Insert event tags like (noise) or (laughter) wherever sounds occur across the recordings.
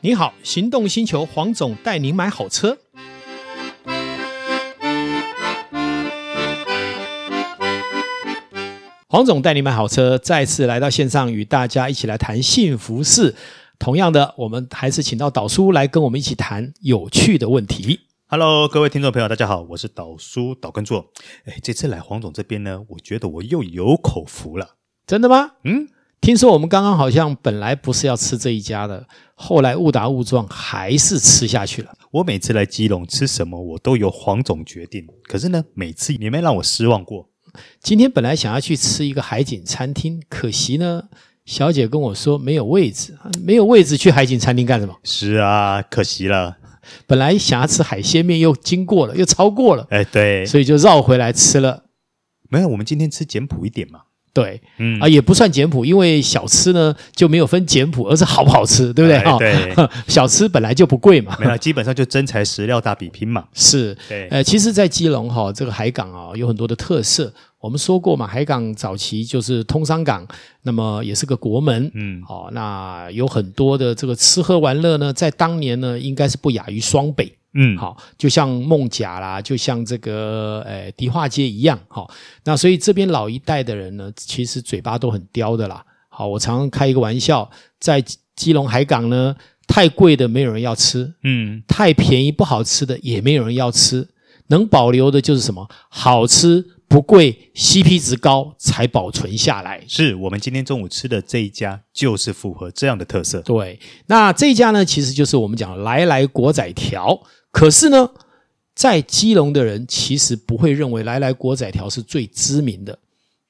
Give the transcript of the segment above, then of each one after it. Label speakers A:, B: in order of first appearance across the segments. A: 你好，行动星球黄总带您买好车。黄总带您买好车，再次来到线上与大家一起来谈幸福事。同样的，我们还是请到导叔来跟我们一起谈有趣的问题。
B: Hello，各位听众朋友，大家好，我是导叔导根座。哎，这次来黄总这边呢，我觉得我又有口福了。
A: 真的吗？
B: 嗯，
A: 听说我们刚刚好像本来不是要吃这一家的，后来误打误撞还是吃下去了。
B: 我每次来基隆吃什么，我都由黄总决定。可是呢，每次也没让我失望过。
A: 今天本来想要去吃一个海景餐厅，可惜呢，小姐跟我说没有位置，啊没有位置去海景餐厅干什么？
B: 是啊，可惜了。
A: 本来想要吃海鲜面，又经过了，又超过了，
B: 哎，对，
A: 所以就绕回来吃了。
B: 没有，我们今天吃简朴一点嘛。
A: 对，
B: 嗯
A: 啊，也不算简朴，因为小吃呢就没有分简朴，而是好不好吃，对不哦对？
B: 哎对
A: 哈， (laughs) 小吃本来就不贵嘛
B: 没。有，基本上就真材实料大比拼嘛。
A: 是，
B: 对，
A: 呃，其实，在基隆哈、这个海港啊、有很多的特色。我们说过嘛，海港早期就是通商港，那么也是个国门。
B: 嗯，
A: 哦，那有很多的这个吃喝玩乐呢，在当年呢，应该是不亚于双北。
B: 嗯，，
A: 好、就像孟甲啦，就像这个呃迪化街一样，好、那所以这边老一代的人呢，其实嘴巴都很刁的啦。好，我常常开一个玩笑，在基基隆海港呢，太贵的没有人要吃，
B: 嗯，
A: 太便宜不好吃的也没有人要吃，能保留的就是什么好吃不贵，CP 值高才保存下来。
B: 是我们今天中午吃的这一家，就是符合这样的特色。
A: 对，那这一家呢，其实就是我们讲的来来国仔条。可是呢，在基隆的人其实不会认为来来国仔条是最知名的，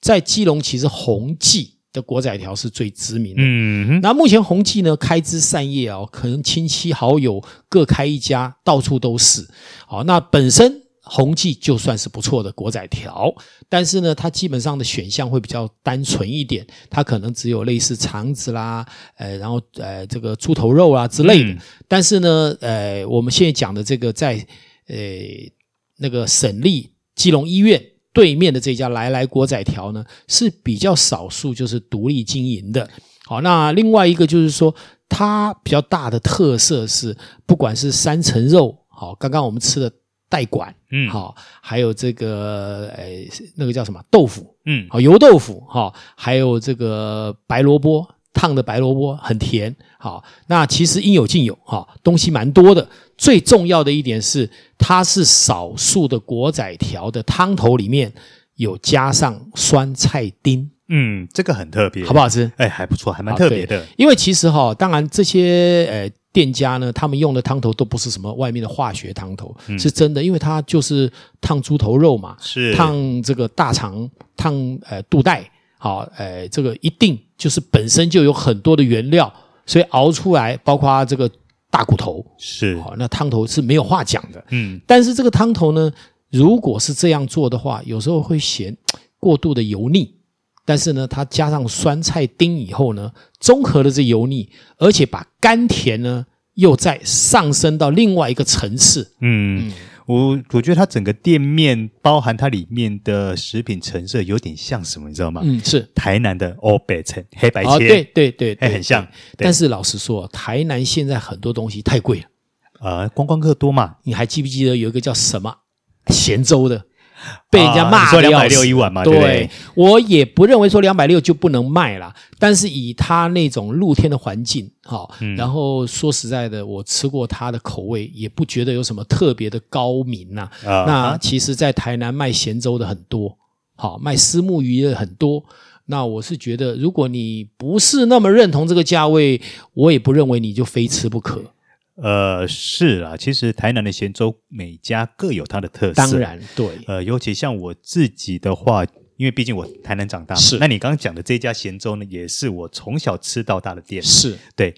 A: 在基隆其实宏记的国仔条是最知名的。
B: 嗯哼，
A: 那目前宏记呢开枝散叶哦，可能亲戚好友各开一家，到处都是。好、那本身宏记就算是不错的国仔条，但是呢，它基本上的选项会比较单纯一点，它可能只有类似肠子啦，呃，然后呃这个猪头肉啊之类的。
B: 嗯
A: 但是呢，呃，我们现在讲的这个在呃那个省立基隆医院。对面的这家来来国仔条呢是比较少数，就是独立经营的，好，那另外一个就是说，它比较大的特色是，不管是三层肉，好，刚刚我们吃的带管，
B: 嗯，，
A: 好，还有这个呃那个叫什么豆腐，
B: 嗯，
A: 好油豆腐，哈，还有这个白萝卜烫的白萝卜很甜，好，那其实应有尽有，哈，东西蛮多的。最重要的一点是，它是少数的国仔条的汤头里面有加上酸菜丁，
B: 嗯，这个很特别，
A: 好不好吃？
B: 哎，还不错，还蛮
A: 啊
B: 特别的。
A: 因为其实哈、当然这些呃店家呢，他们用的汤头都不是什么外面的化学汤头，是真的，因为它就是烫猪头肉嘛，
B: 是
A: 烫这个大肠，烫呃肚带，好，呃，这个一定就是本身就有很多的原料，所以熬出来，包括这个大骨头，
B: 是，
A: 好、那汤头是没有话讲的。
B: 嗯，
A: 但是这个汤头呢，如果是这样做的话，有时候会显过度的油腻。但是呢，它加上酸菜丁以后呢，综合了这油腻，而且把甘甜呢又再上升到另外一个层次。
B: 嗯，我我觉得它整个店面包含它里面的食品成色有点像什么，你知道吗？
A: 嗯，是
B: 台南的欧北城黑白切，
A: 啊，对对对
B: 哎
A: 对，
B: 很像。对
A: 但是老实说，台南现在很多东西太贵了。
B: 呃，观光客多嘛，
A: 你还记不记得有一个叫什么咸粥的，被人家
B: 啊
A: 骂
B: 你说
A: 的要
B: 260
A: 死
B: 一碗嘛
A: 对
B: 对不对
A: 我也不认为说两百六就不能卖啦，但是以他那种露天的环境，好、
B: 嗯
A: 然后说实在的，我吃过他的口味，也不觉得有什么特别的高明呐、
B: 啊
A: 那其实，在台南卖咸粥的很多，好、卖虱目鱼的很多。那我是觉得，如果你不是那么认同这个价位，我也不认为你就非吃不可。
B: 呃，是啦，其实台南的咸粥每家各有它的特色，
A: 当，然，对，
B: 呃，尤其像我自己的话。因为毕竟我台南长大嘛，
A: 是
B: 那你刚刚讲的这家咸粥呢，也是我从小吃到大的店。
A: 是。
B: 对，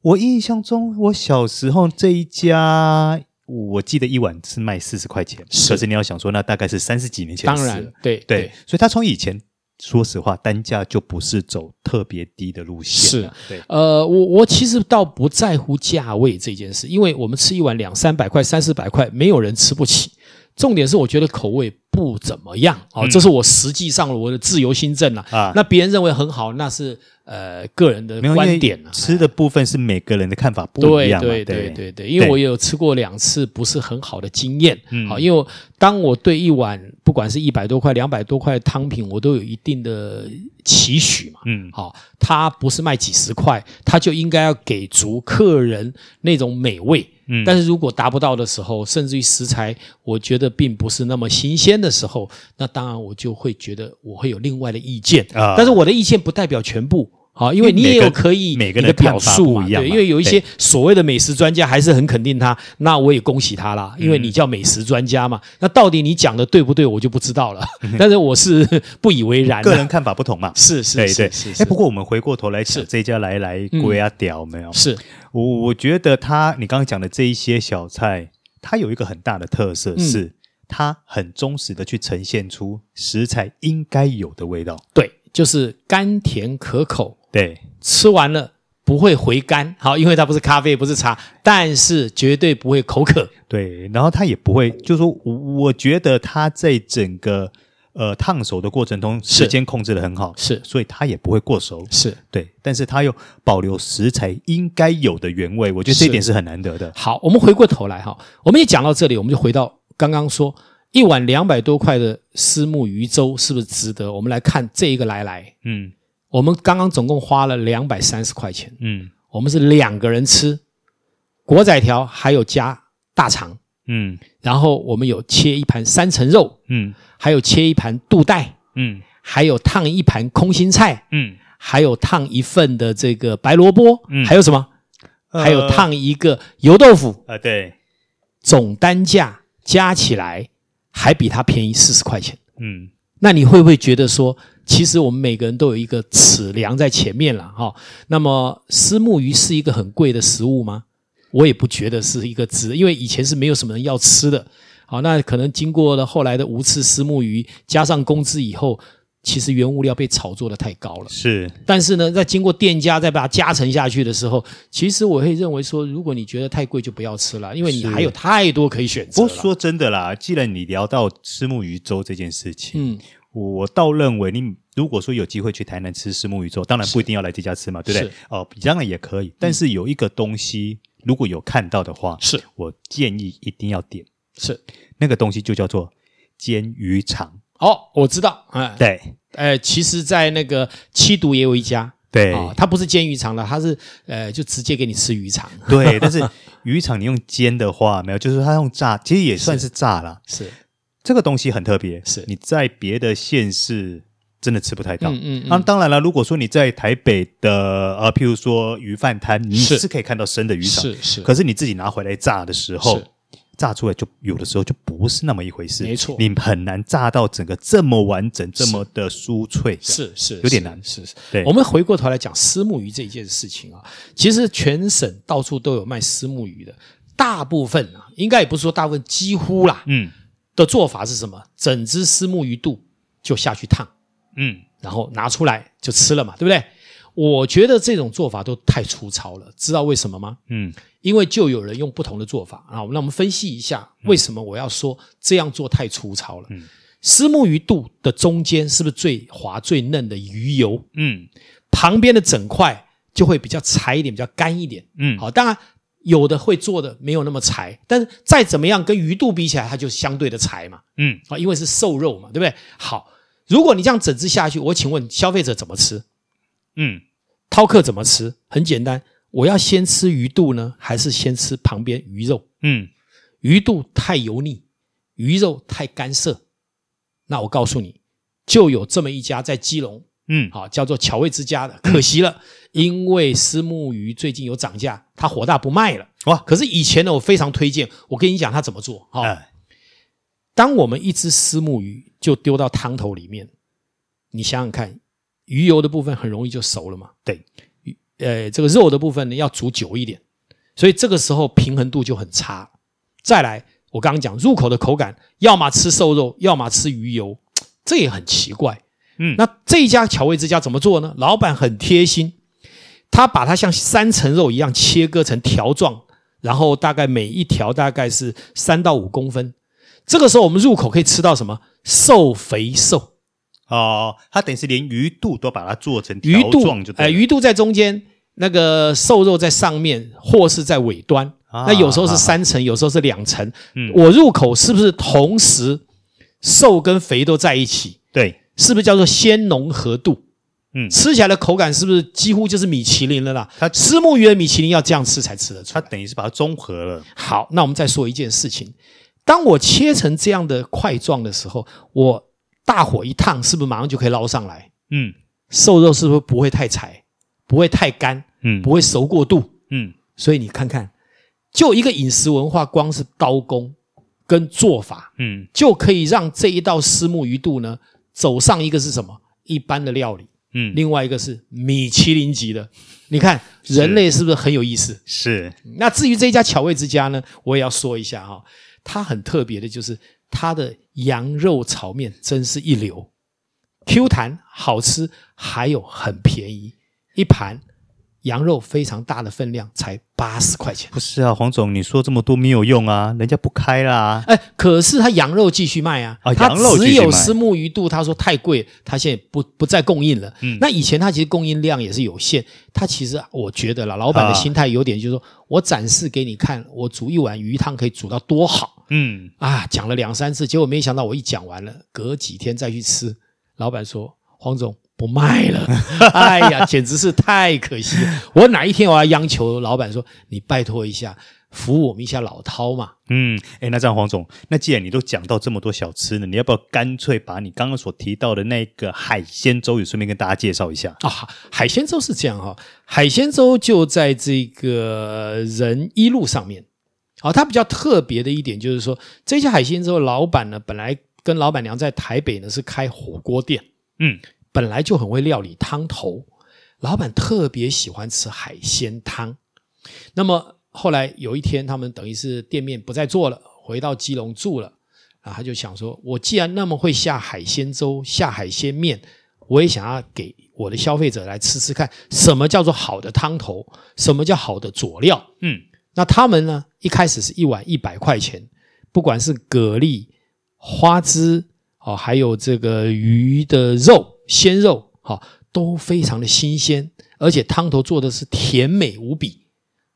B: 我印象中，我小时候这一家，我记得一碗是卖四十块钱，
A: 是
B: 可是你要想说，那大概是三十几年前
A: 当
B: 的事了，
A: 然，对
B: 对，所以它从以前，说实话，单价就不是走特别低的路线了，对，
A: 呃，我我其实倒不在乎价位这件事，因为我们吃一碗两三百块、三四百块，没有人吃不起。重点是我觉得口味不不怎么样哦，这是我实际上我的自由新政了、
B: 嗯啊
A: 那别人认为很好，那是呃个人的
B: 没有因
A: 观
B: 为
A: 点啊。
B: 吃的部分是每个人的看法不一
A: 对
B: 样啊嘛，
A: 对
B: 对
A: 对对对，因为
B: 对
A: 我也有吃过两次不是很好的经验，
B: 嗯
A: 好，因为当我对一碗不管是一百多块、两百多块的汤品，我都有一定的期许嘛，
B: 嗯
A: 好，它不是卖几十块，它就应该要给足客人那种美味。
B: 嗯
A: 但是如果达不到的时候，甚至于食材我觉得并不是那么新鲜的时候，那当然我就会觉得我会有另外的意见。
B: 啊
A: 但是我的意见不代表全部。好，因为你
B: 因为
A: 也
B: 每个
A: 有可以
B: 每个人
A: 你的
B: 看
A: 表
B: 法
A: 述
B: 不
A: 嘛，
B: 一样
A: 对，
B: 嘛
A: 因为有一
B: 对
A: 些所谓的美食专家还是很肯定他，那我也恭喜他啦，
B: 嗯
A: 因为你叫美食专家嘛。那到底你讲的对不对，我就不知道
B: (laughs)
A: 了。但是我是不以为然、啊，
B: 个人看法不同嘛。
A: 是是
B: 对
A: 是
B: 对
A: 是，
B: 哎，
A: 是
B: 不过我们回过头来讲
A: 是嗯
B: 这家来来龟啊屌没有？
A: 是
B: 我我觉得它你刚刚讲的这一些小菜，它有一个很大的特色
A: 嗯
B: 是，它很忠实的去呈现出食材应该有的味道。
A: 对，就是甘甜可口，
B: 对，
A: 吃完了不会回甘。好，因为它不是咖啡，不是茶，但是绝对不会口渴。
B: 对，然后它也不会，就是说我我觉得它在整个呃烫手的过程中，
A: 是
B: 时间控制的很好，
A: 是
B: 所以它也不会过熟。
A: 是
B: 对，但是它又保留食材应该有的原味，我觉得这一
A: 是
B: 点是很难得的。
A: 好，我们回过头来哈，我们也讲到这里，我们就回到刚刚说一碗两百多块的丝木鱼粥是不是值得？我们来看这一个来来，
B: 嗯
A: 我们刚刚总共花了两百三十块钱，
B: 嗯
A: 我们是两个人吃，果仔条还有加大肠，
B: 嗯
A: 然后我们有切一盘三层肉，
B: 嗯
A: 还有切一盘肚带。
B: 嗯
A: 还有烫一盘空心菜，
B: 嗯，
A: 还有烫一份的这个白萝卜，
B: 嗯
A: 还有什么？
B: 呃
A: 还有烫一个油豆腐，
B: 啊，对，
A: 总单价加起来还比它便宜四十块钱。
B: 嗯
A: 那你会不会觉得说，其实我们每个人都有一个尺量在前面了哈、那么丝木鱼是一个很贵的食物吗？我也不觉得是一个值，因为以前是没有什么人要吃的。好，那可能经过了后来的无刺丝木鱼，加上工资以后，其实原物料被炒作的太高了。
B: 是
A: 但是呢，在经过店家再把它加成下去的时候，其实我会认为说，如果你觉得太贵就不要吃了，因为你
B: 是
A: 还有太多可以选择
B: 不
A: 了。
B: 过说真的啦，既然你聊到石目鱼粥这件事情，
A: 嗯，
B: 我倒认为你如果说有机会去台南吃石目鱼粥，当然不一定要来这家吃嘛，对不对
A: 是？
B: 哦，当然也可以，但是有一个东西，如果有看到的话，
A: 是
B: 我建议一定要点
A: 是
B: 那个东西，就叫做煎鱼肠。
A: 哦，我知道，哎，
B: 对
A: 呃，其实，在那个七毒也有一家，
B: 对、
A: 哦，它不是煎鱼肠了，它是呃，就直接给你吃鱼肠，
B: 对， (laughs) 但是鱼肠你用煎的话，没有，就是它用炸，其实也算是炸啦。
A: 是，
B: 这个东西很特别，
A: 是
B: 你在别的县市真的吃不太到。
A: 嗯嗯
B: 那、
A: 嗯，
B: 当然了，如果说你在台北的呃，譬如说鱼贩摊，你
A: 是
B: 是可以看到生的鱼肠，
A: 是是，
B: 可是你自己拿回来炸的时候
A: 是，
B: 炸出来就有的时候就不是那么一回事，
A: 没错
B: 你很难炸到整个这么完整、这么的酥脆。
A: 是是
B: 有点难
A: 是是。
B: 对
A: 我们回过头来讲丝木鱼这一件事情啊，其实全省到处都有卖丝木鱼的，大部分啊，应该也不是说大部分，几乎啦
B: 嗯
A: 的做法是什么？整只丝木鱼肚就下去烫，
B: 嗯，
A: 然后拿出来就吃了嘛，对不对？我觉得这种做法都太粗糙了，知道为什么吗？
B: 嗯
A: 因为就有人用不同的做法啊，那我们分析一下为什么我要说这样做太粗糙了。
B: 嗯
A: 丝木鱼肚的中间是不是最滑最嫩的鱼油？
B: 嗯
A: 旁边的整块就会比较柴一点，比较干一点。
B: 嗯，
A: 好，当然有的会做的没有那么柴，但是再怎么样跟鱼肚比起来，它就相对的柴嘛，
B: 嗯
A: 啊，因为是瘦肉嘛，对不对？好，如果你这样整只下去，我请问消费者怎么吃？
B: 嗯
A: 饕客怎么吃？很简单，我要先吃鱼肚呢，还是先吃旁边鱼肉？
B: 嗯
A: 鱼肚太油腻，鱼肉太干涩。那我告诉你，就有这么一家在基隆，
B: 嗯，
A: 好叫做巧味之家的，可惜了，因为丝木鱼最近有涨价，它火大不卖了。
B: 哇，
A: 可是以前呢，我非常推荐，我跟你讲它怎么做哈、
B: 哎
A: 当我们一只丝木鱼就丢到汤头里面，你想想看，鱼油的部分很容易就熟了嘛。
B: 对，
A: 呃，这个肉的部分呢要煮久一点，所以这个时候平衡度就很差。再来，我刚刚讲入口的口感，要么吃瘦肉，要么吃鱼油，这也很奇怪。
B: 嗯
A: 那这一家巧味之家怎么做呢？老板很贴心，他把它像三层肉一样切割成条状，然后大概每一条大概是三到五公分，这个时候我们入口可以吃到什么？瘦肥瘦，
B: 哦，它等于是连鱼肚都把它做成
A: 鱼
B: 条
A: 肚
B: 状就，对
A: 哎、
B: 了
A: 鱼肚在中间，那个瘦肉在上面，或是在尾端。
B: 啊
A: 那有时候
B: 啊
A: 是
B: 啊
A: 三层，有时候是两层。
B: 嗯
A: 我入口是不是同时瘦跟肥都在一起？
B: 对，
A: 是不是叫做鲜浓合度？
B: 嗯
A: 吃起来的口感是不是几乎就是米其林了啦？
B: 它
A: 石目鱼的米其林要这样吃才吃得出
B: 它
A: 来。
B: 等于是把它综合了，
A: 好，那我们再说一件事情：当我切成这样的块状的时候，我大火一烫，是不是马上就可以捞上来？
B: 嗯
A: 瘦肉是不是不会太柴，不会太干，
B: 嗯
A: 不会熟过度？
B: 嗯，
A: 所以你看看，就一个饮食文化，光是刀工跟做法，
B: 嗯
A: 就可以让这一道虱目鱼肚呢走上一个是什么一般的料理，
B: 嗯，
A: 另外一个是米其林级的。你看人类是不是很有意思？
B: 是，
A: 那至于这一家巧味之家呢，我也要说一下哈、它很特别的就是它的羊肉炒面真是一流，Q 弹好吃，还有很便宜，一盘羊肉非常大的分量才八十块钱。
B: 不是啊，黄总，你说这么多没有用啊，人家不开啦，
A: 哎，可是他羊肉继续卖啊，
B: 啊
A: 他
B: 羊肉继
A: 只
B: 续
A: 有
B: 卖
A: 虱目鱼肚，他说太贵，他现在不不再供应了。
B: 嗯
A: 那以前他其实供应量也是有限，他其实啊我觉得啦，老板的
B: 啊
A: 心态有点就是说、我展示给你看，我煮一碗鱼汤可以煮到多好
B: 嗯，
A: 啊，讲了两三次，结果没想到我一讲完了，隔几天再去吃，老板说黄总。不卖
B: (laughs)
A: 了，哎呀，简直是太可惜了！我哪一天我要央求老板说，你拜托一下，服务我们一下老饕嘛。
B: 嗯，哎，那这样黄总，那既然你都讲到这么多小吃了，你要不要干脆把你刚刚所提到的那个海鲜粥也顺便跟大家介绍一下？
A: 啊、海鲜粥是这样哈、海鲜粥就在这个仁一路上面。啊、它比较特别的一点就是说，这家海鲜粥老板呢，本来跟老板娘在台北呢是开火锅店，
B: 嗯，
A: 本来就很会料理汤头，老板特别喜欢吃海鲜汤。那么后来有一天，他们等于是店面不再做了，回到基隆住了，啊，他就想说，我既然那么会下海鲜粥、下海鲜面，我也想要给我的消费者来吃吃看，什么叫做好的汤头，什么叫好的佐料。
B: 嗯，
A: 那他们呢，一开始是一碗一百块钱，不管是蛤蜊、花枝哦，还有这个鱼的肉、鲜肉，好、都非常的新鲜，而且汤头做的是甜美无比。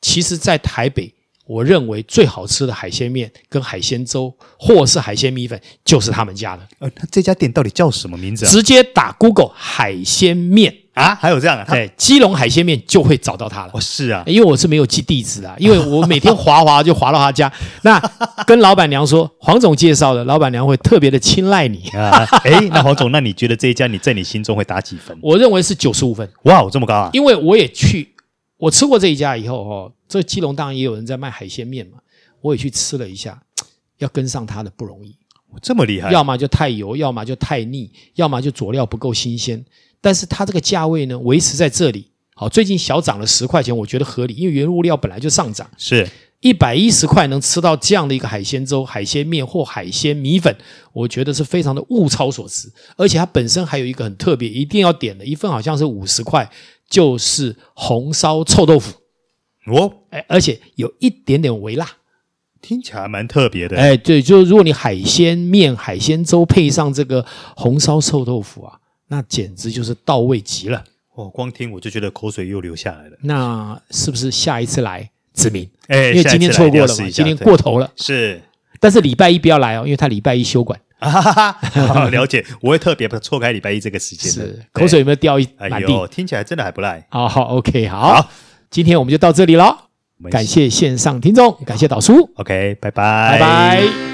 A: 其实，在台北，我认为最好吃的海鲜面跟海鲜粥，或是海鲜米粉，就是他们家的。
B: 呃，那这家店到底叫什么名字
A: 直接打 Google 海鲜面，
B: 啊？啊，还有这样啊？它
A: 对，基隆海鲜面就会找到他了。
B: 哦，是啊，
A: 因为我是没有记地址啊的，因为我每天滑滑就滑到他家。那跟老板娘说，黄总介绍的，老板娘会特别的青睐你。
B: 啊，哎，那黄总，那你觉得这一家你在你心中会打几分？
A: 我认为是九十五分，
B: 哇，这么高啊！
A: 因为我也去，我吃过这一家以后哦，这基隆当然也有人在卖海鲜面嘛，我也去吃了一下，要跟上它的不容易，
B: 这么厉害？
A: 要么就太油，要么就太腻，要么就佐料不够新鲜。但是它这个价位呢，维持在这里。好，最近小涨了十块钱，我觉得合理，因为原物料本来就上涨。
B: 是
A: 一百一十块能吃到这样的一个海鲜粥、海鲜面或海鲜米粉，我觉得是非常的物超所值。而且它本身还有一个很特别，一定要点的一份好像是五十块，就是红烧臭豆腐，
B: 哦，
A: 哎，而且有一点点微辣。
B: 听起来蛮特别的。
A: 哎，对，就是如果你海鲜面、海鲜粥配上这个红烧臭豆腐啊，那简直就是到位极了。
B: 哦，光听我就觉得口水又流下来了。
A: 那是不是下一次来指明？
B: 哎，
A: 因为
B: 下一
A: 今天
B: 次来
A: 错
B: 一定
A: 过
B: 要
A: 了
B: 试
A: 嘛，
B: 一下
A: 今天
B: 对
A: 过头了。
B: 是
A: 但是礼拜一不要来哦，因为他礼拜一休馆。
B: 啊，哈哈哈 (laughs) 好了解，我会特别把它错开礼拜一这个时间的。
A: 是
B: 对
A: 口水，有没有掉一
B: 哎
A: 满
B: 呦，
A: 地？
B: 听起来真的还不赖。
A: 好好，OK，好，
B: 好
A: 今天我们就到这里了，
B: 我们
A: 感谢线上听众，感谢导叔，
B: OK，拜
A: 拜
B: 拜
A: 拜。